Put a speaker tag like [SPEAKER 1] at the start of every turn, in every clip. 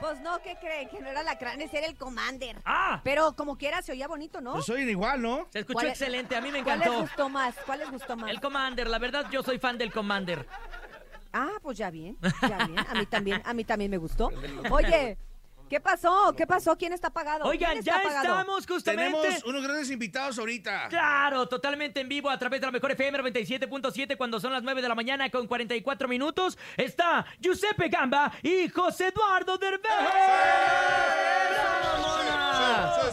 [SPEAKER 1] Pues no, ¿qué creen? Que no era Lacranes, era el Commander.
[SPEAKER 2] ¡Ah!
[SPEAKER 1] Pero como quiera se oía bonito, ¿no?
[SPEAKER 3] Pues oyen igual, ¿no?
[SPEAKER 2] Se escuchó
[SPEAKER 1] ¿Cuál-
[SPEAKER 2] excelente, a mí me
[SPEAKER 1] ¿Cuál les
[SPEAKER 2] encantó.
[SPEAKER 1] gustó más? ¿Cuál les gustó más?
[SPEAKER 2] El Commander, la verdad yo soy fan del Commander.
[SPEAKER 1] Ah, pues ya bien, ya bien. A mí también, a mí también me gustó. Oye, ¿qué pasó? ¿Qué pasó? ¿Quién está apagado?
[SPEAKER 2] Oigan,
[SPEAKER 1] ¿Quién está
[SPEAKER 2] ya
[SPEAKER 1] apagado?
[SPEAKER 2] estamos justamente.
[SPEAKER 3] Tenemos unos grandes invitados ahorita.
[SPEAKER 2] Claro, totalmente en vivo a través de la mejor FM 97.7 cuando son las 9 de la mañana con 44 minutos. Está Giuseppe Gamba y José Eduardo Derbez. ¡Eso, mamona!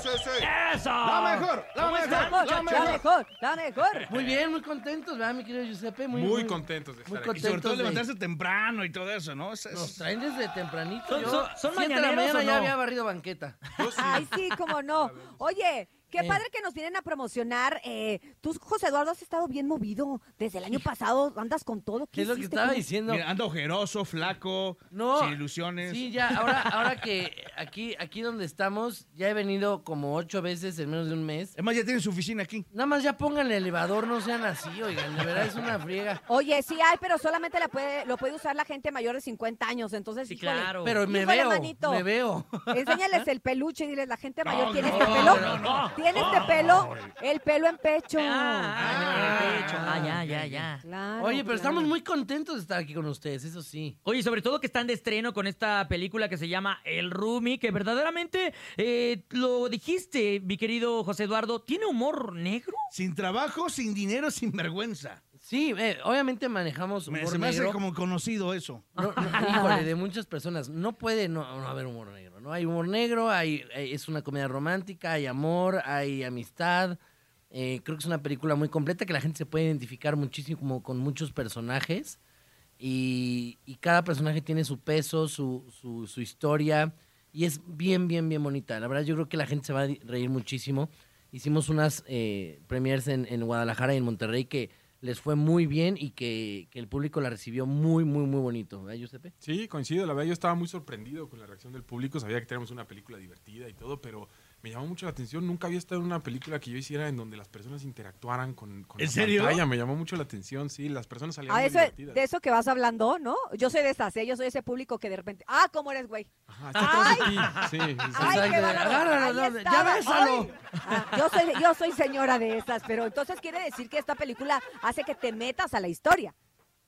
[SPEAKER 4] Sí, sí, sí.
[SPEAKER 2] ¡Eso!
[SPEAKER 3] La mejor, la
[SPEAKER 2] ¿Cómo
[SPEAKER 3] mejor,
[SPEAKER 2] están,
[SPEAKER 3] la
[SPEAKER 2] muchachos?
[SPEAKER 1] La mejor, la mejor.
[SPEAKER 5] Muy bien, muy contentos, ¿verdad, mi querido Giuseppe?
[SPEAKER 4] Muy contentos de
[SPEAKER 5] muy
[SPEAKER 4] estar aquí.
[SPEAKER 3] Y sobre todo
[SPEAKER 5] contentos de-
[SPEAKER 3] levantarse temprano y todo eso, ¿no? Es- es-
[SPEAKER 5] Nos traen desde
[SPEAKER 3] Ah.
[SPEAKER 5] tempranito.
[SPEAKER 2] Son-
[SPEAKER 5] yo,
[SPEAKER 2] son- son
[SPEAKER 5] siete de la
[SPEAKER 2] mañaneros
[SPEAKER 5] mañana
[SPEAKER 2] o
[SPEAKER 5] ya
[SPEAKER 2] no?
[SPEAKER 5] había barrido banqueta.
[SPEAKER 4] Yo sí.
[SPEAKER 1] Ay, sí, cómo no. Oye, qué
[SPEAKER 5] Eh.
[SPEAKER 1] padre que nos vienen a promocionar. Eh, tú, José Eduardo, has estado bien movido. Desde el año pasado andas con todo. ¿Qué
[SPEAKER 5] Es lo que
[SPEAKER 1] hiciste?
[SPEAKER 5] estaba
[SPEAKER 1] ¿Cómo-
[SPEAKER 5] diciendo.
[SPEAKER 3] Mira, anda ojeroso, flaco,
[SPEAKER 5] No.
[SPEAKER 3] sin ilusiones.
[SPEAKER 5] Sí, ya, ahora, ahora que aquí, aquí donde estamos, ya he venido como ocho veces en menos de un mes.
[SPEAKER 3] Es más, ya tiene su oficina aquí.
[SPEAKER 5] Nada más ya pongan el elevador, no sean así, oigan, de verdad es una friega.
[SPEAKER 1] Oye, sí hay, pero solamente la puede, lo puede usar la gente mayor de 50 años. Entonces,
[SPEAKER 2] Sí,
[SPEAKER 1] híjole,
[SPEAKER 2] claro.
[SPEAKER 5] Pero me
[SPEAKER 1] Híjole,
[SPEAKER 5] veo,
[SPEAKER 1] manito.
[SPEAKER 5] me veo.
[SPEAKER 1] Enséñales el peluche y diles, la gente mayor tiene
[SPEAKER 2] no,
[SPEAKER 1] este pelo.
[SPEAKER 2] no, no,
[SPEAKER 1] tiene este pelo, el pelo en pecho.
[SPEAKER 2] Ah, ah, el pecho. Ah, ya, ya, ya.
[SPEAKER 1] Claro,
[SPEAKER 5] Oye, pero
[SPEAKER 1] claro.
[SPEAKER 5] estamos muy contentos de estar aquí con ustedes, eso sí.
[SPEAKER 2] Oye, sobre todo que están de estreno con esta película que se llama El Rumi, que verdaderamente eh, lo dijiste, mi querido José Eduardo, ¿tiene humor negro?
[SPEAKER 3] Sin trabajo, sin dinero, sin vergüenza.
[SPEAKER 5] Sí, eh, obviamente manejamos
[SPEAKER 3] Me,
[SPEAKER 5] humor
[SPEAKER 3] se me hace
[SPEAKER 5] negro.
[SPEAKER 3] como conocido eso.
[SPEAKER 5] No, no, híjole, de muchas personas. No puede no, no haber humor negro. No hay humor negro, hay, hay- es una comedia romántica, hay amor, hay amistad. Eh, creo que es una película muy completa que la gente se puede identificar muchísimo como con muchos personajes. Y, y cada personaje tiene su peso, su, su, su historia. Y es bien, bien, bien bonita. La verdad, yo creo que la gente se va a di- reír muchísimo. Hicimos unas eh, premiers en, en Guadalajara y en Monterrey que les fue muy bien y que, que el público la recibió muy, muy, muy bonito. ¿Verdad, Giuseppe?
[SPEAKER 4] Sí, coincido. La verdad, yo estaba muy sorprendido con la reacción del público. Sabía que teníamos una película divertida y todo, pero me llamó mucho la atención. Nunca había estado en una película que yo hiciera en donde las personas interactuaran con, con
[SPEAKER 3] ¿En
[SPEAKER 4] la
[SPEAKER 3] serio?
[SPEAKER 4] pantalla. Me llamó mucho la atención, sí. Las personas salían
[SPEAKER 1] Ah,
[SPEAKER 4] muy
[SPEAKER 1] eso,
[SPEAKER 4] divertidas.
[SPEAKER 1] de eso que vas hablando, ¿no? Yo soy de esas, ¿eh? Yo soy ese público que de repente. ¡Ah, cómo eres, güey!
[SPEAKER 4] Ajá, está atrás de ti. Sí, sí, sí.
[SPEAKER 1] ¡Ay, qué
[SPEAKER 5] Exacto.
[SPEAKER 1] bárbaro!
[SPEAKER 5] Agárralo,
[SPEAKER 1] Ahí
[SPEAKER 5] dale,
[SPEAKER 1] estaba.
[SPEAKER 5] ya bésalo.
[SPEAKER 1] ¡Ay! Ah, yo, soy, yo soy señora de esas, pero entonces quiere decir que esta película hace que te metas a la historia.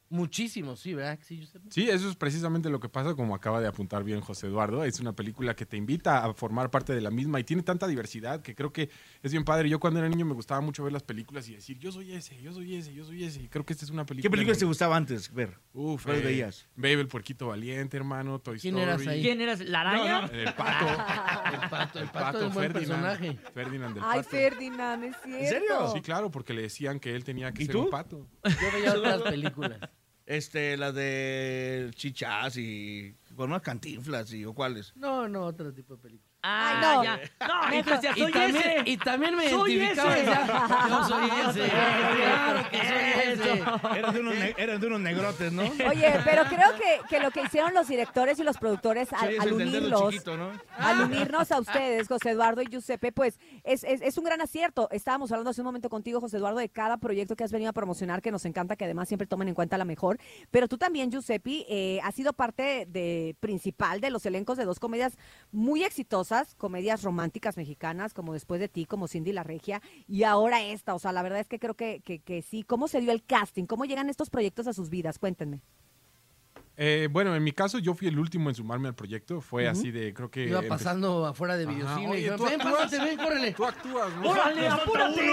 [SPEAKER 5] Muchísimo, sí, ¿verdad? que Sí, Giuseppe.
[SPEAKER 4] Sí, eso es precisamente lo que pasa, como acaba de apuntar bien José Eduardo. Es una película que te invita a formar parte de la misma y tiene tanta diversidad que creo que es bien padre. Yo cuando era niño me gustaba mucho ver las películas y decir, yo soy ese, yo soy ese, yo soy ese. Y creo que esta es una película.
[SPEAKER 3] ¿Qué películas te
[SPEAKER 4] en donde-
[SPEAKER 3] gustaba antes ver?
[SPEAKER 4] Uf,
[SPEAKER 3] ¿Cuáles
[SPEAKER 4] eh,
[SPEAKER 3] veías?
[SPEAKER 4] Babe, el puerquito valiente, hermano, Toy
[SPEAKER 5] ¿Quién
[SPEAKER 4] Story. eh,
[SPEAKER 5] eras ahí?
[SPEAKER 2] ¿Quién eras? ¿La araña?
[SPEAKER 4] El pato. El
[SPEAKER 5] pato, el pato es un buen personaje.
[SPEAKER 4] Ferdinand del
[SPEAKER 1] ¡Ay,
[SPEAKER 4] pato.
[SPEAKER 1] Ferdinand, es cierto!
[SPEAKER 3] serio?
[SPEAKER 4] Sí, claro, porque le decían que él tenía que
[SPEAKER 3] ¿Y
[SPEAKER 4] ser
[SPEAKER 3] tú?
[SPEAKER 4] un pato.
[SPEAKER 5] Yo veía otras películas.
[SPEAKER 3] Este, las de Chichás y con unas cantinflas y o cuáles.
[SPEAKER 5] No, no, otro tipo de películas.
[SPEAKER 2] Ah,
[SPEAKER 1] Ay, no.
[SPEAKER 2] ya. No, y tú decías,
[SPEAKER 5] Y
[SPEAKER 2] soy
[SPEAKER 5] también,
[SPEAKER 2] ese.
[SPEAKER 5] y también me
[SPEAKER 2] Soy
[SPEAKER 5] identificaba.
[SPEAKER 2] ese.
[SPEAKER 5] decía, Yo soy ese. Claro que soy ese.
[SPEAKER 3] Eran de unos, ne- eran de unos negrotes, ¿no?
[SPEAKER 1] Oye, pero creo que, que lo que hicieron los directores y los productores al,
[SPEAKER 3] Sí, es
[SPEAKER 1] al
[SPEAKER 3] el del dedo
[SPEAKER 1] unirlos,
[SPEAKER 3] chiquito, ¿no?
[SPEAKER 1] al
[SPEAKER 5] Ah.
[SPEAKER 1] unirnos a ustedes, José Eduardo y Giuseppe, pues es, es- es un gran acierto. Estábamos hablando hace un momento contigo, José Eduardo, de cada proyecto que has venido a promocionar, que nos encanta, que además siempre tomen en cuenta la mejor. Pero tú también, Giuseppe, eh, has sido parte de, principal de los elencos de dos comedias muy exitosas, comedias románticas mexicanas, como Después de ti, como Cindy la Regia, y ahora esta. O sea, la verdad es que creo que, que, que sí. ¿Cómo se dio el casting? ¿Cómo llegan estos proyectos a sus vidas? Cuéntenme.
[SPEAKER 4] Eh, bueno, en mi caso, yo fui el último en sumarme al proyecto. Fue así de, creo que.
[SPEAKER 5] Iba
[SPEAKER 4] empecé-
[SPEAKER 5] pasando afuera de
[SPEAKER 4] Ajá,
[SPEAKER 5] videocine.
[SPEAKER 4] oye,
[SPEAKER 5] y yo,
[SPEAKER 4] tú
[SPEAKER 5] ven,
[SPEAKER 4] actúas.
[SPEAKER 5] pásate, ven, córrele.
[SPEAKER 4] Tú actúas, ¿no?
[SPEAKER 2] ¡Órale, apúrate!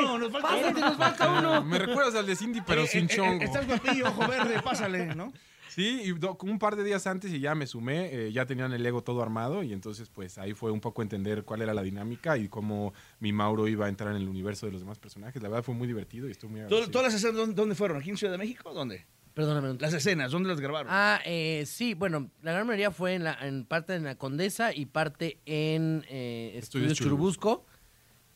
[SPEAKER 5] Pásate, nos falta
[SPEAKER 4] Ah,
[SPEAKER 5] uno.
[SPEAKER 4] Me recuerdas al de Cindy, pero
[SPEAKER 3] Eh, eh,
[SPEAKER 4] sin
[SPEAKER 3] eh,
[SPEAKER 4] chongo.
[SPEAKER 3] Estás guapillo, ojo verde, pásale, ¿no?
[SPEAKER 4] Sí, y do- un par de días antes y ya me sumé, eh, ya tenían el ego todo armado y entonces pues ahí fue un poco entender cuál era la dinámica y cómo mi Mauro iba a entrar en el universo de los demás personajes. La verdad fue muy divertido y estuve muy
[SPEAKER 3] ¿Tú-
[SPEAKER 4] agradecido.
[SPEAKER 3] ¿Todas las escenas dónde, dónde fueron? ¿Aquí en Ciudad de México? ¿Dónde?
[SPEAKER 5] Perdóname.
[SPEAKER 3] Las escenas, ¿dónde las grabaron?
[SPEAKER 5] Ah, eh, sí, bueno, la gran mayoría fue en, la, en parte en la Condesa y parte en eh,
[SPEAKER 4] Estudios
[SPEAKER 5] Estudios Churubusco.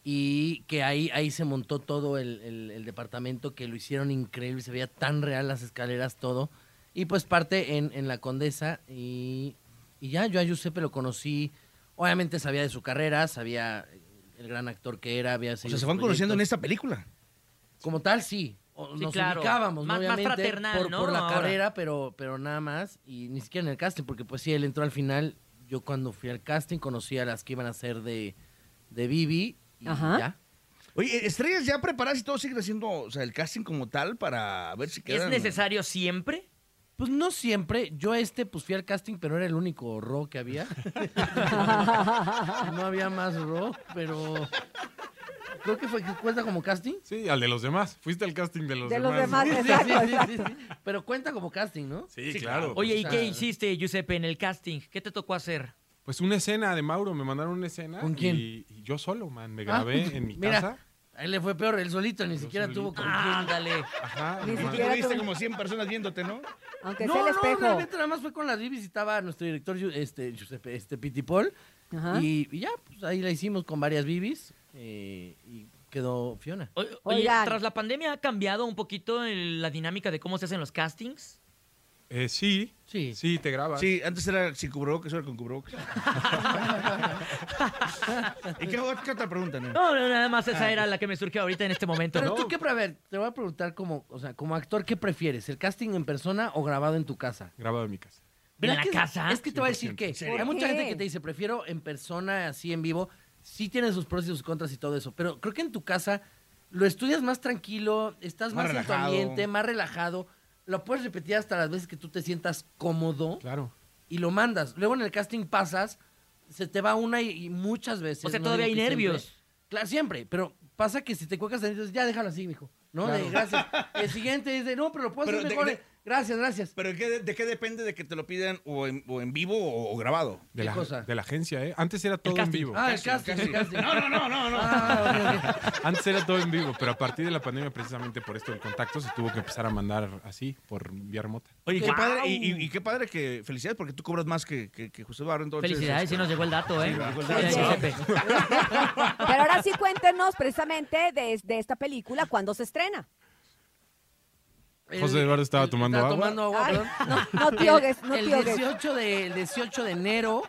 [SPEAKER 5] Y que ahí, ahí se montó todo el, el- el departamento, que lo hicieron increíble, se veía tan real las escaleras, todo. Y pues parte en, en la Condesa y, y ya, yo a Giuseppe lo conocí, obviamente sabía de su carrera, sabía el gran actor que era, había
[SPEAKER 3] o
[SPEAKER 5] seguido
[SPEAKER 3] sea, se
[SPEAKER 5] sus
[SPEAKER 3] van conociendo en
[SPEAKER 5] proyectos.
[SPEAKER 3] esta película.
[SPEAKER 5] Como tal, sí. O-
[SPEAKER 2] Sí,
[SPEAKER 5] Nos
[SPEAKER 2] claro.
[SPEAKER 5] ubicábamos, ¿no?
[SPEAKER 2] Más- más
[SPEAKER 5] obviamente,
[SPEAKER 2] fraternal,
[SPEAKER 5] por,
[SPEAKER 2] ¿no?
[SPEAKER 5] por la
[SPEAKER 2] Ahora.
[SPEAKER 5] carrera, pero, pero nada más. Y ni siquiera en el casting, porque pues sí, él entró al final. yo cuando fui al casting conocí a las que iban a ser de, de Vivi y
[SPEAKER 1] Ajá.
[SPEAKER 5] ya.
[SPEAKER 3] Oye, estrellas ya preparadas y todo sigue haciendo, o sea, el casting como tal para ver si
[SPEAKER 2] ¿Es
[SPEAKER 3] quedan.
[SPEAKER 2] necesario siempre?
[SPEAKER 5] Pues no siempre. Yo a este pues fui al casting, pero era el único rock que había. no había más rock, pero creo que fue que cuenta como casting.
[SPEAKER 4] Sí, al de los demás. Fuiste al casting de los
[SPEAKER 1] De los
[SPEAKER 4] demás.
[SPEAKER 1] demás,
[SPEAKER 5] Sí, sí,
[SPEAKER 1] exacto,
[SPEAKER 5] sí, sí,
[SPEAKER 1] exacto.
[SPEAKER 5] sí. Pero cuenta como casting, ¿no?
[SPEAKER 4] Sí, claro.
[SPEAKER 3] Pues,
[SPEAKER 2] Oye, ¿y
[SPEAKER 5] o
[SPEAKER 2] qué
[SPEAKER 3] ah.
[SPEAKER 5] sea-
[SPEAKER 2] hiciste, Giuseppe, en el casting? ¿Qué te tocó hacer?
[SPEAKER 4] Pues una escena de Mauro, me mandaron una escena.
[SPEAKER 5] ¿Con quién?
[SPEAKER 4] Y, y yo solo, man, me grabé
[SPEAKER 5] Ah,
[SPEAKER 4] en mi
[SPEAKER 5] mira,
[SPEAKER 4] casa.
[SPEAKER 5] A él le fue peor, él solito, ni siquiera
[SPEAKER 4] solito.
[SPEAKER 5] tuvo con quién.
[SPEAKER 2] Ándale.
[SPEAKER 4] Ajá.
[SPEAKER 1] Ni
[SPEAKER 4] me mandaron-
[SPEAKER 1] siquiera-
[SPEAKER 3] Tuviste como 100 personas viéndote, ¿no?
[SPEAKER 1] Aunque sea
[SPEAKER 5] No,
[SPEAKER 1] el
[SPEAKER 5] no,
[SPEAKER 1] espejo.
[SPEAKER 5] realmente nada más fue con las Vivis y estaba nuestro director, Yu- este, Giuseppe, este, Pitipol.
[SPEAKER 1] Ajá.
[SPEAKER 5] Y, y ya, pues ahí la hicimos con varias Vivis eh, y quedó Fiona.
[SPEAKER 2] O- oye,
[SPEAKER 1] Oigan.
[SPEAKER 2] tras la pandemia ha cambiado un poquito el- la dinámica de cómo se hacen los castings.
[SPEAKER 4] Eh, sí,
[SPEAKER 5] Sí.
[SPEAKER 4] sí, te grabas.
[SPEAKER 3] Sí, antes era sin cubrebocas, ahora con cubrebocas. ¿Y qué, qué otra pregunta, no?
[SPEAKER 2] No, no, nada más
[SPEAKER 3] Ah.
[SPEAKER 2] esa era la que me surgió ahorita en este momento.
[SPEAKER 5] Pero
[SPEAKER 2] ¿no?
[SPEAKER 5] tú qué, pre- a ver, te voy a preguntar como, o sea, como actor, ¿qué prefieres? ¿El casting en persona o grabado en tu casa?
[SPEAKER 4] Grabado en mi casa.
[SPEAKER 2] ¿En
[SPEAKER 5] ¿Verdad
[SPEAKER 2] la
[SPEAKER 5] que es-
[SPEAKER 2] casa?
[SPEAKER 5] Es que te voy a decir que
[SPEAKER 1] ¿Por
[SPEAKER 5] hay mucha
[SPEAKER 1] qué?
[SPEAKER 5] gente que te dice, prefiero en persona, así en vivo. Sí tiene sus pros y sus contras y todo eso, pero creo que en tu casa lo estudias más tranquilo, estás más,
[SPEAKER 3] Más
[SPEAKER 5] en tu
[SPEAKER 3] relajado.
[SPEAKER 5] ambiente, más relajado. Lo puedes repetir hasta las veces que tú te sientas cómodo
[SPEAKER 4] Claro.
[SPEAKER 5] y lo mandas. Luego en el casting pasas, se te va una y, y muchas veces.
[SPEAKER 2] O sea,
[SPEAKER 5] no
[SPEAKER 2] todavía
[SPEAKER 5] digo
[SPEAKER 2] hay
[SPEAKER 5] que siempre.
[SPEAKER 2] nervios.
[SPEAKER 5] Claro, siempre, pero pasa que si te cuecas, dices, ya déjalo así, mijo. No, de, gracias. El siguiente es de, no, pero lo puedo
[SPEAKER 3] Pero
[SPEAKER 5] hacer
[SPEAKER 3] de-
[SPEAKER 5] mejor.
[SPEAKER 3] de-
[SPEAKER 5] Gracias, gracias.
[SPEAKER 3] ¿Pero de qué, de qué depende de que te lo pidan o en, o en vivo o, o grabado?
[SPEAKER 4] De
[SPEAKER 5] ¿Qué
[SPEAKER 4] la,
[SPEAKER 5] cosa?
[SPEAKER 4] de la agencia, ¿eh? Antes era todo en
[SPEAKER 2] casting.
[SPEAKER 4] vivo.
[SPEAKER 5] Ah, el casting, el casting.
[SPEAKER 3] No, no, no, no, no.
[SPEAKER 5] Ah, ok, ok.
[SPEAKER 4] Antes era todo en vivo, pero a partir de la pandemia, precisamente por esto del contacto, se tuvo que empezar a mandar así, por vía remota.
[SPEAKER 3] Oye, qué
[SPEAKER 5] Wow.
[SPEAKER 3] padre, y, y- y qué padre que felicidades porque tú cobras más que, que, que José Barro. Entonces, este,
[SPEAKER 2] Felicidades, sí nos llegó el dato, ¿eh?
[SPEAKER 3] Sí, nos llegó el
[SPEAKER 2] Felicidades,
[SPEAKER 1] dato.
[SPEAKER 2] Giuseppe.
[SPEAKER 1] Pero ahora sí cuéntenos precisamente de, de esta película, ¿cuándo se estrena?
[SPEAKER 4] José Eduardo estaba tomando agua.
[SPEAKER 5] tomando agua,
[SPEAKER 1] Ay,
[SPEAKER 5] perdón.
[SPEAKER 1] no, no tiogues, no
[SPEAKER 5] el
[SPEAKER 1] tiogues.
[SPEAKER 5] 18 de, el 18 de enero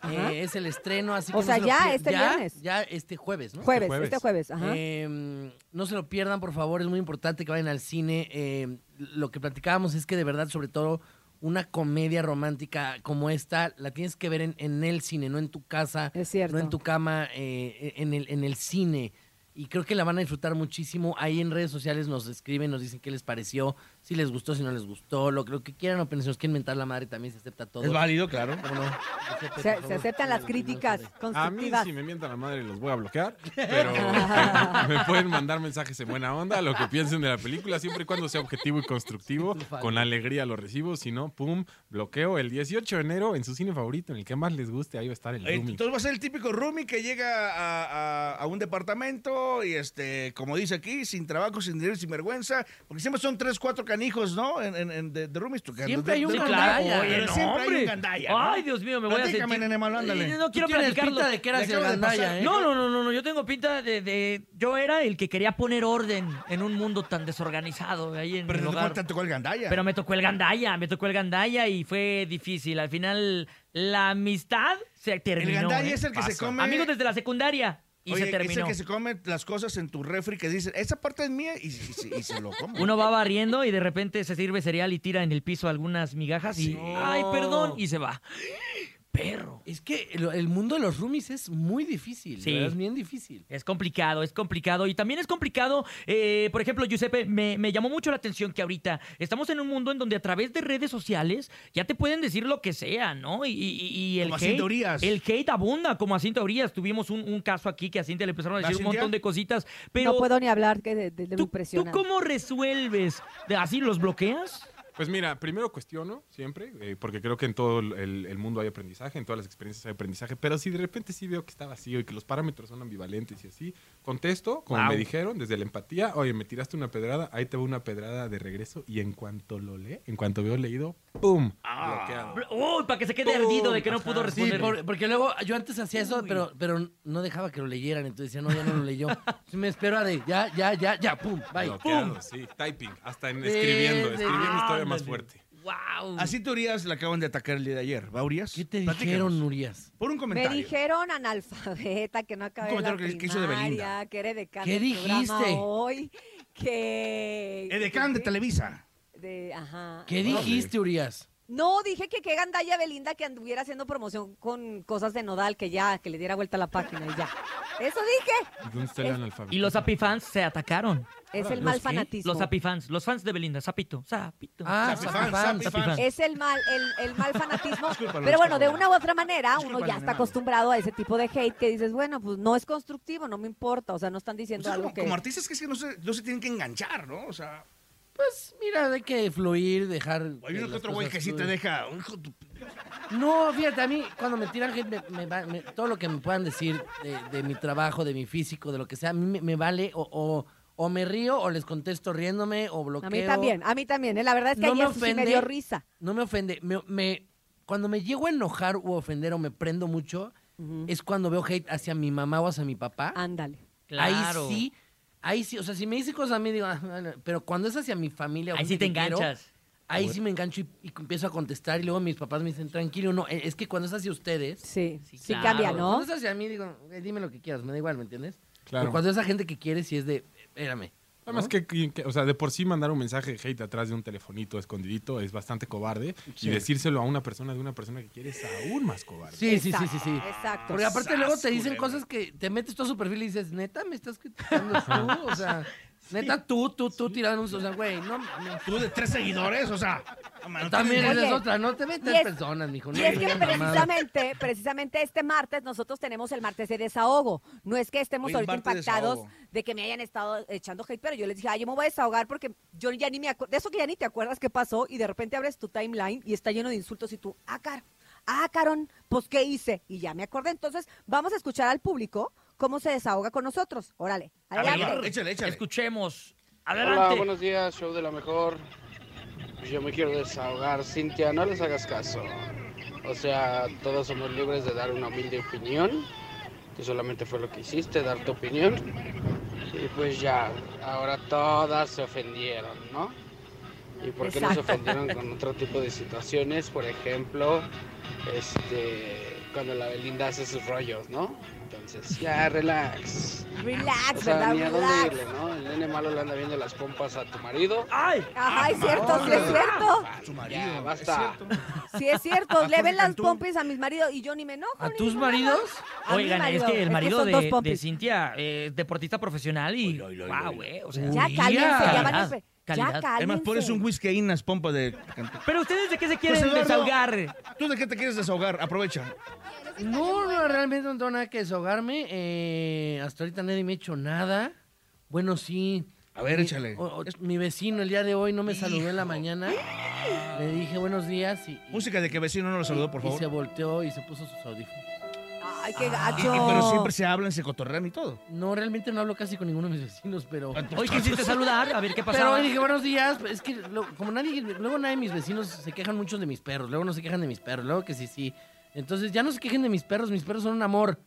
[SPEAKER 1] Ajá.
[SPEAKER 5] eh, es el estreno, así
[SPEAKER 1] O
[SPEAKER 5] que no
[SPEAKER 1] sea,
[SPEAKER 5] se lo
[SPEAKER 1] ya
[SPEAKER 5] pier-
[SPEAKER 1] este
[SPEAKER 5] ya,
[SPEAKER 1] viernes.
[SPEAKER 5] Ya este jueves, ¿no?
[SPEAKER 1] Jueves,
[SPEAKER 4] jueves.
[SPEAKER 1] este jueves. Ajá.
[SPEAKER 5] Eh, no se lo pierdan, por favor, es muy importante que vayan al cine. Eh, lo que platicábamos es que de verdad, sobre todo, una comedia romántica como esta, la tienes que ver en, en el cine, no en tu casa,
[SPEAKER 1] Es cierto.
[SPEAKER 5] no en tu cama, eh, en, el, en el cine. Y creo que la van a disfrutar muchísimo. Ahí en redes sociales nos escriben, nos dicen qué les pareció, si les gustó, si no les gustó, lo, lo que quieran, opiniones, si nos quieren mentar la madre también se acepta todo.
[SPEAKER 2] pues,
[SPEAKER 3] Es válido, claro.
[SPEAKER 5] ¿Cómo no? Giuseppe,
[SPEAKER 1] se,
[SPEAKER 5] por
[SPEAKER 1] se
[SPEAKER 5] favor.
[SPEAKER 1] aceptan las críticas
[SPEAKER 4] A mí
[SPEAKER 1] constructivas.
[SPEAKER 4] si me mientan la madre los voy a bloquear, pero me, me pueden mandar mensajes en buena onda, lo que piensen de la película, siempre y cuando sea objetivo y constructivo, con alegría lo recibo, si no, pum, bloqueo el 18 de enero en su cine favorito, en el que más les guste, ahí va a estar el
[SPEAKER 3] Eh,
[SPEAKER 4] Lumi.
[SPEAKER 3] Entonces va a ser el típico roomie que llega a, a- a un departamento y, este, como dice aquí, sin trabajo, sin dinero, y sin vergüenza, porque siempre son tres, cuatro canijos, ¿no? En, en- en- de, de roomies. tú-
[SPEAKER 5] Siempre
[SPEAKER 3] de-
[SPEAKER 5] hay un
[SPEAKER 3] de-
[SPEAKER 2] Sí,
[SPEAKER 5] Una
[SPEAKER 2] claro.
[SPEAKER 5] gandalla.
[SPEAKER 2] Oye,
[SPEAKER 3] Pero
[SPEAKER 2] no,
[SPEAKER 3] siempre hay
[SPEAKER 2] hombre.
[SPEAKER 3] un gandalla, ¿no?
[SPEAKER 2] Ay, Dios mío, me voy a sentir...
[SPEAKER 3] Platícame, nene malo, ándale.
[SPEAKER 2] Eh, No
[SPEAKER 5] Tú
[SPEAKER 2] quiero
[SPEAKER 5] tienes
[SPEAKER 2] platicarlo.
[SPEAKER 5] pinta de que eras
[SPEAKER 3] Le
[SPEAKER 5] el
[SPEAKER 3] acabo de pasar.
[SPEAKER 5] gandalla, ¿eh?
[SPEAKER 2] No, no, no, no, no, yo tengo pinta de, de- Yo era el que quería poner orden en un mundo tan desorganizado ahí en
[SPEAKER 3] Pero
[SPEAKER 2] mi
[SPEAKER 3] no te
[SPEAKER 2] hogar.
[SPEAKER 3] cuentan, tocó el gandalla.
[SPEAKER 2] Pero me tocó el gandalla, me tocó el gandalla y fue difícil. Al final, la amistad se terminó.
[SPEAKER 3] el gandalla
[SPEAKER 2] ¿eh?
[SPEAKER 3] es el que se
[SPEAKER 4] Pasa.
[SPEAKER 3] come...
[SPEAKER 2] Amigos desde la secundaria y
[SPEAKER 3] Oye,
[SPEAKER 2] se
[SPEAKER 3] Es el
[SPEAKER 2] terminó.
[SPEAKER 3] que se come las cosas en tu refri que dice, esa parte es mía, y, y se- y se lo come.
[SPEAKER 2] Uno va barriendo y de repente se sirve cereal y tira en el piso algunas migajas y...
[SPEAKER 5] Sí.
[SPEAKER 2] ¡Ay, perdón! Y se va. Perro.
[SPEAKER 5] Es que el, el mundo de los roomies es muy difícil.
[SPEAKER 2] Sí.
[SPEAKER 5] ¿verdad? Es bien difícil.
[SPEAKER 2] Es complicado, es complicado. Y también es complicado, eh, por ejemplo, Giuseppe, me, me llamó mucho la atención que ahorita estamos en un mundo en donde a través de redes sociales ya te pueden decir lo que sea, ¿no? Y, y- y el
[SPEAKER 3] Como a
[SPEAKER 2] hate.
[SPEAKER 3] Cintia Urias.
[SPEAKER 2] El hate abunda, como a Cintia Urias. Tuvimos un, un caso aquí que a Cintia le empezaron a
[SPEAKER 3] ¿La
[SPEAKER 2] decir un
[SPEAKER 3] Cintia?
[SPEAKER 2] montón de cositas. Pero
[SPEAKER 1] no puedo ni hablar que de, de- de- me
[SPEAKER 2] ¿tú, ¿tú
[SPEAKER 1] impresiona.
[SPEAKER 2] cómo resuelves? ¿De- ¿Así los bloqueas?
[SPEAKER 4] Pues mira, primero cuestiono siempre, eh, porque creo que en todo el, el mundo hay aprendizaje, en todas las experiencias hay aprendizaje, pero si de repente sí veo que está vacío y que los parámetros son ambivalentes y así, contesto, como
[SPEAKER 2] Wow.
[SPEAKER 4] me dijeron, desde la empatía, oye, me tiraste una pedrada, ahí te va una pedrada de regreso y en cuanto lo lee, en cuanto veo leído, ¡pum!
[SPEAKER 5] Ah.
[SPEAKER 4] bloqueado.
[SPEAKER 2] Uy, para que se quede ardido de que no pudo
[SPEAKER 5] Sí,
[SPEAKER 2] responder.
[SPEAKER 5] por- porque luego yo antes hacía eso, pero, pero no dejaba que lo leyeran. Entonces decía, no, ya no lo leyó. Entonces me espero a de ya, ya, ya, ya, pum, bye.
[SPEAKER 4] Bloqueado, sí, typing, hasta en
[SPEAKER 5] Sí,
[SPEAKER 4] escribiendo,
[SPEAKER 5] sí.
[SPEAKER 4] escribiendo es todavía más
[SPEAKER 5] Ándale.
[SPEAKER 4] fuerte.
[SPEAKER 2] ¡Wow!
[SPEAKER 3] Así te Urias la acaban de atacar el día de ayer. ¿Va Urias?
[SPEAKER 5] ¿Qué te
[SPEAKER 3] Platícanos.
[SPEAKER 5] dijeron, Urias?
[SPEAKER 3] Por un
[SPEAKER 1] Me
[SPEAKER 3] comentario.
[SPEAKER 1] dijeron analfabeta, que no acabé la
[SPEAKER 3] Un comentario que- que hizo de
[SPEAKER 1] primaria,
[SPEAKER 3] Belinda.
[SPEAKER 1] que eres decano
[SPEAKER 5] ¿Qué
[SPEAKER 1] del programa
[SPEAKER 5] dijiste?
[SPEAKER 1] hoy, que...
[SPEAKER 3] Edecán Eh, de Televisa.
[SPEAKER 1] de- ajá.
[SPEAKER 5] ¿Qué dijiste, Urias?
[SPEAKER 1] No, dije que qué gandalla Belinda que anduviera haciendo promoción con cosas de Nodal, que ya, que le diera vuelta a la página y ya. Eso dije.
[SPEAKER 4] ¿Dónde está el analfabeto?
[SPEAKER 2] Y los apifans se atacaron.
[SPEAKER 1] Es el
[SPEAKER 2] ¿Los
[SPEAKER 1] mal
[SPEAKER 2] qué?
[SPEAKER 1] fanatismo.
[SPEAKER 2] Los apifans, los fans de Belinda, Zapito, Zapito.
[SPEAKER 5] Ah,
[SPEAKER 3] Zapi fans,
[SPEAKER 5] Zapifans.
[SPEAKER 3] zapi Pues fans.
[SPEAKER 1] Es el mal, el, el mal fanatismo.
[SPEAKER 3] Discúlpalo,
[SPEAKER 1] Pero bueno, de una
[SPEAKER 3] discúlpalo.
[SPEAKER 1] u otra manera, uno
[SPEAKER 3] Discúlpalo,
[SPEAKER 1] ya está
[SPEAKER 3] Leonardo.
[SPEAKER 1] acostumbrado a ese tipo de hate que dices, bueno, pues no es constructivo, no me importa. O sea, no están
[SPEAKER 3] O
[SPEAKER 1] diciendo
[SPEAKER 3] sea,
[SPEAKER 1] algo
[SPEAKER 3] como,
[SPEAKER 1] que.
[SPEAKER 3] como artistas que es que no se, no se tienen que enganchar, ¿no? O sea,
[SPEAKER 5] Pues mira, hay que fluir, dejar.
[SPEAKER 3] hay
[SPEAKER 5] que
[SPEAKER 3] uno que
[SPEAKER 5] las
[SPEAKER 3] otro güey
[SPEAKER 5] cosas
[SPEAKER 3] que sí te
[SPEAKER 5] fluyan.
[SPEAKER 3] deja. hijo de tu-
[SPEAKER 5] No, fíjate, a mí cuando me tiran hate, me- me va- me- todo lo que me puedan decir de, de mi trabajo, de mi físico, de lo que sea, a mí me, me vale o, o- o me río o les contesto riéndome o bloqueo.
[SPEAKER 1] A mí también, a mí también. ¿eh? La verdad es que
[SPEAKER 5] No me
[SPEAKER 1] ayer sí me
[SPEAKER 5] ofende.
[SPEAKER 1] dio risa.
[SPEAKER 5] No me ofende. Me, me- cuando me llego a enojar u ofender o me prendo mucho, es cuando veo hate hacia mi mamá o hacia mi papá.
[SPEAKER 1] Ándale.
[SPEAKER 2] Claro.
[SPEAKER 5] Ahí sí, ahí sí, o sea, si me dice cosas a mí, digo, "Ah, bueno", pero cuando es hacia mi familia. o
[SPEAKER 2] Ahí sí
[SPEAKER 5] gente
[SPEAKER 2] te
[SPEAKER 5] que quiero,
[SPEAKER 2] enganchas.
[SPEAKER 5] ahí sí me engancho y, y empiezo a contestar y luego mis papás me dicen, tranquilo, no, eh, es que cuando es hacia ustedes,
[SPEAKER 1] Sí, sí,
[SPEAKER 2] Sí, claro.
[SPEAKER 1] cambia,
[SPEAKER 5] cuando
[SPEAKER 1] ¿no?
[SPEAKER 5] es hacia mí, digo, "Eh, dime lo que quieras, me da igual, ¿me entiendes?
[SPEAKER 4] Claro.
[SPEAKER 5] Pero cuando es a gente que quiere, sí es de, espérame.
[SPEAKER 4] Además que, que- o sea, de por sí mandar un mensaje de hate atrás de un telefonito escondidito es bastante cobarde y decírselo a una persona de una persona que quieres aún más cobarde.
[SPEAKER 5] Sí, sí, sí, sí,
[SPEAKER 1] Exacto,
[SPEAKER 5] sí.
[SPEAKER 1] Exacto.
[SPEAKER 5] Porque aparte luego te dicen
[SPEAKER 3] culebra.
[SPEAKER 5] cosas que te metes tú a su perfil y dices, neta, me estás criticando tú, o sea, neta, tú, tú, tú tirando un... O sea, güey, no, mames.
[SPEAKER 3] Tú de tres seguidores, o sea. no mames, no
[SPEAKER 5] También
[SPEAKER 3] tienes-
[SPEAKER 1] Oye,
[SPEAKER 5] esa es otra, no te metas
[SPEAKER 1] y es-
[SPEAKER 5] personas, mijo. no
[SPEAKER 1] Y es que
[SPEAKER 5] digas mamadas.
[SPEAKER 1] precisamente, precisamente este martes nosotros tenemos el martes de desahogo. No es que estemos
[SPEAKER 3] Hoy es
[SPEAKER 1] ahorita
[SPEAKER 3] martes de
[SPEAKER 1] impactados
[SPEAKER 3] desahogo.
[SPEAKER 1] de que me hayan estado echando hate, pero yo les dije, ay, yo me voy a desahogar porque yo ya ni me acuerdo, de eso que ya ni te acuerdas qué pasó y de repente abres tu timeline y está lleno de insultos y tú, ah, car, ah, carón, pues qué hice y ya me acordé. Entonces vamos a escuchar al público cómo se desahoga con nosotros. Órale,
[SPEAKER 2] ver,
[SPEAKER 1] adelante.
[SPEAKER 3] Venga, Échale, échale.
[SPEAKER 2] Escuchemos.
[SPEAKER 6] Hola,
[SPEAKER 2] Adelante.
[SPEAKER 6] buenos días, show de la mejor. Yo me quiero desahogar, Cintia, no les hagas caso. O sea, todos somos libres de dar una humilde opinión. Tú solamente fue lo que hiciste, dar tu opinión. Y pues ya, ahora todas se ofendieron, ¿no? ¿Y por qué no se
[SPEAKER 1] Exacto.
[SPEAKER 6] ofendieron con otro tipo de situaciones? Por ejemplo, este, cuando la Belinda hace sus rollos, ¿no? Entonces, ya, relax.
[SPEAKER 1] Relax,
[SPEAKER 6] O sea,
[SPEAKER 1] ¿verdad?
[SPEAKER 6] ni a dónde
[SPEAKER 1] Relax.
[SPEAKER 6] irle, ¿no? El nene malo le anda viendo las pompas a tu marido.
[SPEAKER 2] ¡Ay!
[SPEAKER 1] Ajá, es
[SPEAKER 3] Ah,
[SPEAKER 1] cierto, sí es cierto.
[SPEAKER 3] Su
[SPEAKER 6] Ya,
[SPEAKER 3] marido.
[SPEAKER 6] basta.
[SPEAKER 3] Es cierto.
[SPEAKER 1] Sí es cierto,
[SPEAKER 5] Ah,
[SPEAKER 1] le
[SPEAKER 3] A
[SPEAKER 1] ven
[SPEAKER 3] Jorge
[SPEAKER 1] las
[SPEAKER 3] Cantú.
[SPEAKER 1] pompis a mis maridos y yo ni me enojo.
[SPEAKER 5] ¿A
[SPEAKER 1] ni
[SPEAKER 5] tus
[SPEAKER 1] digo nada.
[SPEAKER 5] maridos?
[SPEAKER 1] A mi
[SPEAKER 2] Oigan, es que el marido
[SPEAKER 1] son dos
[SPEAKER 2] de, de
[SPEAKER 1] pompis.
[SPEAKER 2] Cintia eh, es deportista profesional y. ¡Wow, güey! O sea,
[SPEAKER 1] Ya cálmense,
[SPEAKER 5] Uy,
[SPEAKER 1] ya
[SPEAKER 2] calidad,
[SPEAKER 1] van a empe-
[SPEAKER 2] calidad.
[SPEAKER 1] Ya
[SPEAKER 2] Es
[SPEAKER 1] cálmense.
[SPEAKER 3] Además, pones un whisky ahí en las pompas de. Cantú.
[SPEAKER 2] Pero ustedes de qué se quieren
[SPEAKER 3] Eduardo.
[SPEAKER 2] desahogar?
[SPEAKER 3] ¿Tú de qué te quieres desahogar? Aprovecha.
[SPEAKER 5] No, no, realmente no tengo nada que desahogarme. eh, hasta ahorita nadie me ha hecho nada. Bueno, sí. Oh.
[SPEAKER 3] A ver,
[SPEAKER 5] Mi-
[SPEAKER 3] échale.
[SPEAKER 5] o- o- mi vecino el día de hoy no me saludó en la
[SPEAKER 3] Hijo.
[SPEAKER 5] mañana. Le dije buenos días y, y-
[SPEAKER 3] Música de que vecino no lo saludó, por
[SPEAKER 5] y se
[SPEAKER 3] favor.
[SPEAKER 5] volteó y se puso sus audífonos.
[SPEAKER 1] Ay, qué
[SPEAKER 3] Y-
[SPEAKER 1] gacho.
[SPEAKER 3] y- Ah, pero siempre se hablan, se cotorrean y todo.
[SPEAKER 5] No, realmente no hablo casi con ninguno de mis vecinos, pero...
[SPEAKER 2] Hoy quisiste saludar, a ver qué
[SPEAKER 5] Pero
[SPEAKER 2] pasaba.
[SPEAKER 5] hoy dije buenos días. pues, Es que lo- como nadie, luego nadie de mis vecinos se quejan mucho de mis perros. Luego no se quejan de mis perros. Luego que sí, sí. Entonces ya no se quejen de mis perros. Mis perros son un amor.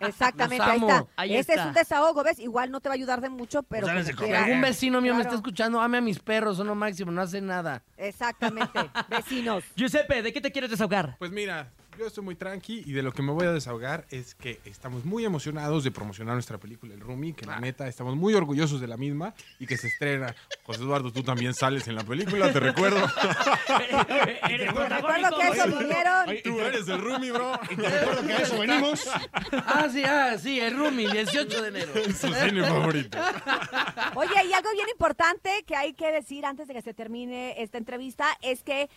[SPEAKER 1] Exactamente,
[SPEAKER 5] Los
[SPEAKER 1] ahí
[SPEAKER 5] amo.
[SPEAKER 1] está.
[SPEAKER 2] Ahí
[SPEAKER 1] este
[SPEAKER 2] está.
[SPEAKER 1] es un desahogo, ¿ves? Igual no te va a ayudar de mucho, pero.
[SPEAKER 3] Pues,
[SPEAKER 1] como
[SPEAKER 3] háganse
[SPEAKER 1] quiera.
[SPEAKER 5] Algún vecino mío me
[SPEAKER 1] Claro.
[SPEAKER 5] está escuchando. Ame a mis perros. Son lo máximo. No hace nada.
[SPEAKER 1] Exactamente, vecinos.
[SPEAKER 2] Giuseppe, ¿de qué te quieres desahogar?
[SPEAKER 4] Pues mira, yo estoy muy tranqui y de lo que me voy a desahogar es que estamos muy emocionados de promocionar nuestra película El Rumi, que la
[SPEAKER 3] Ah.
[SPEAKER 4] neta estamos muy orgullosos de la misma y que se estrena. José Eduardo, tú también sales en la película, te recuerdo.
[SPEAKER 2] Eres
[SPEAKER 1] Recuerdo que eso vinieron.
[SPEAKER 4] Tú eres el Rumi, bro.
[SPEAKER 3] Recuerdo que a eso venimos.
[SPEAKER 5] Ah, sí, ah, sí. El Rumi, 18 de enero.
[SPEAKER 4] Su cine favorito.
[SPEAKER 1] Oye, y algo bien importante que hay que decir antes de que se termine esta entrevista es que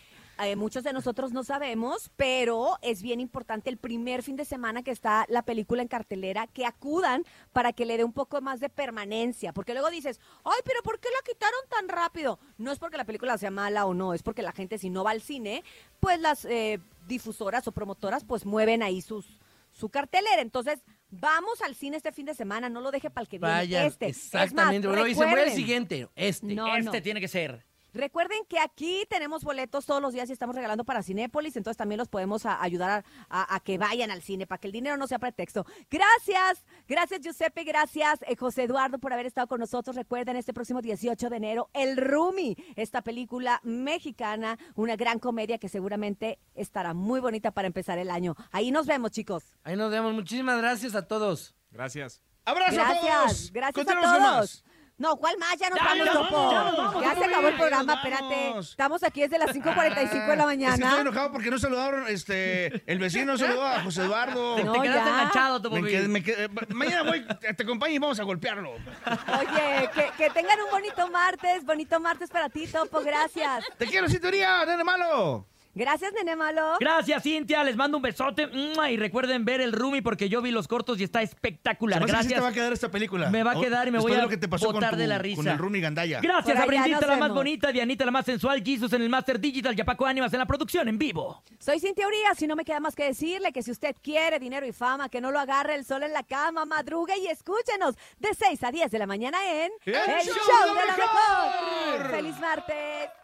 [SPEAKER 1] eh, muchos de nosotros no sabemos, pero es bien importante el primer fin de semana que está la película en cartelera, que acudan para que le dé un poco más de permanencia, porque luego dices, ay, pero ¿por qué la quitaron tan rápido? No es porque la película sea mala o no, es porque la gente si no va al cine, pues las eh, difusoras o promotoras pues mueven ahí sus su cartelera, entonces... Vamos al cine este fin de semana, no lo deje para el que viene
[SPEAKER 5] Vaya,
[SPEAKER 1] este. Es más,
[SPEAKER 5] exactamente. bro. Y se muere el
[SPEAKER 1] recuerden-
[SPEAKER 5] siguiente. Este.
[SPEAKER 1] No,
[SPEAKER 2] Este
[SPEAKER 1] no.
[SPEAKER 2] tiene que ser.
[SPEAKER 1] Recuerden que aquí tenemos boletos todos los días y estamos regalando para Cinépolis, entonces también los podemos a- ayudar a, a- a que vayan al cine, para que el dinero no sea pretexto. Gracias, gracias Giuseppe, gracias eh, José Eduardo por haber estado con nosotros. Recuerden este próximo 18 de enero, El Rumi, esta película mexicana, una gran comedia que seguramente estará muy bonita para empezar el año. Ahí nos vemos chicos.
[SPEAKER 5] Ahí nos vemos. Muchísimas gracias a todos.
[SPEAKER 4] Gracias.
[SPEAKER 3] Abrazo a
[SPEAKER 1] Gracias,
[SPEAKER 3] todos.
[SPEAKER 1] gracias a
[SPEAKER 3] Continuamos con
[SPEAKER 1] todos.
[SPEAKER 3] más.
[SPEAKER 1] No, ¿cuál más? Ya nos
[SPEAKER 2] Ya,
[SPEAKER 1] vamos,
[SPEAKER 2] ya nos
[SPEAKER 1] Topo.
[SPEAKER 2] vamos, ya nos vamos,
[SPEAKER 1] Ya se
[SPEAKER 2] Topo,
[SPEAKER 1] acabó el
[SPEAKER 2] ya
[SPEAKER 1] programa,
[SPEAKER 3] nos
[SPEAKER 1] espérate.
[SPEAKER 3] vamos.
[SPEAKER 1] Estamos aquí desde las 5.45 de la
[SPEAKER 3] Ah, Es que estoy
[SPEAKER 1] mañana.
[SPEAKER 3] enojado porque no saludaron, este, el vecino no saludó a José Eduardo.
[SPEAKER 1] No,
[SPEAKER 2] te quedaste
[SPEAKER 1] ya.
[SPEAKER 2] enganchado, Topo.
[SPEAKER 3] Me
[SPEAKER 2] Big.
[SPEAKER 3] quedé- me quedé- mañana voy, te acompaño y vamos a golpearlo.
[SPEAKER 1] Oye, que, que tengan un bonito martes, bonito martes para ti, Topo, gracias.
[SPEAKER 3] Te quiero, Cinturía, nene malo.
[SPEAKER 1] Gracias, nene malo.
[SPEAKER 2] Gracias, Cintia. Les mando un besote. ¡Mua! Y recuerden ver el Rumi porque yo vi los cortos y está espectacular.
[SPEAKER 3] Además, así
[SPEAKER 2] Gracias.
[SPEAKER 3] te va a quedar esta película.
[SPEAKER 2] Me va a quedar y me
[SPEAKER 3] Después
[SPEAKER 2] voy a
[SPEAKER 3] de lo que te pasó con
[SPEAKER 2] botar
[SPEAKER 3] tu-
[SPEAKER 2] de la risa.
[SPEAKER 3] Con el Rumi Gandaya.
[SPEAKER 2] Gracias
[SPEAKER 1] Por
[SPEAKER 2] a
[SPEAKER 1] allá
[SPEAKER 2] Brindita,
[SPEAKER 1] nos
[SPEAKER 2] la más
[SPEAKER 1] vemos.
[SPEAKER 2] bonita, Dianita, la más sensual, Jesus en el Master Digital, Yapaco Ánimas en la producción en vivo.
[SPEAKER 1] Soy Cintia Urias y no me queda más que decirle que si usted quiere dinero y fama, que no lo agarre el sol en la cama, madrugue y escúchenos de 6 a 10 de la mañana en
[SPEAKER 3] El Show de la Mejor.
[SPEAKER 1] ¡Feliz martes!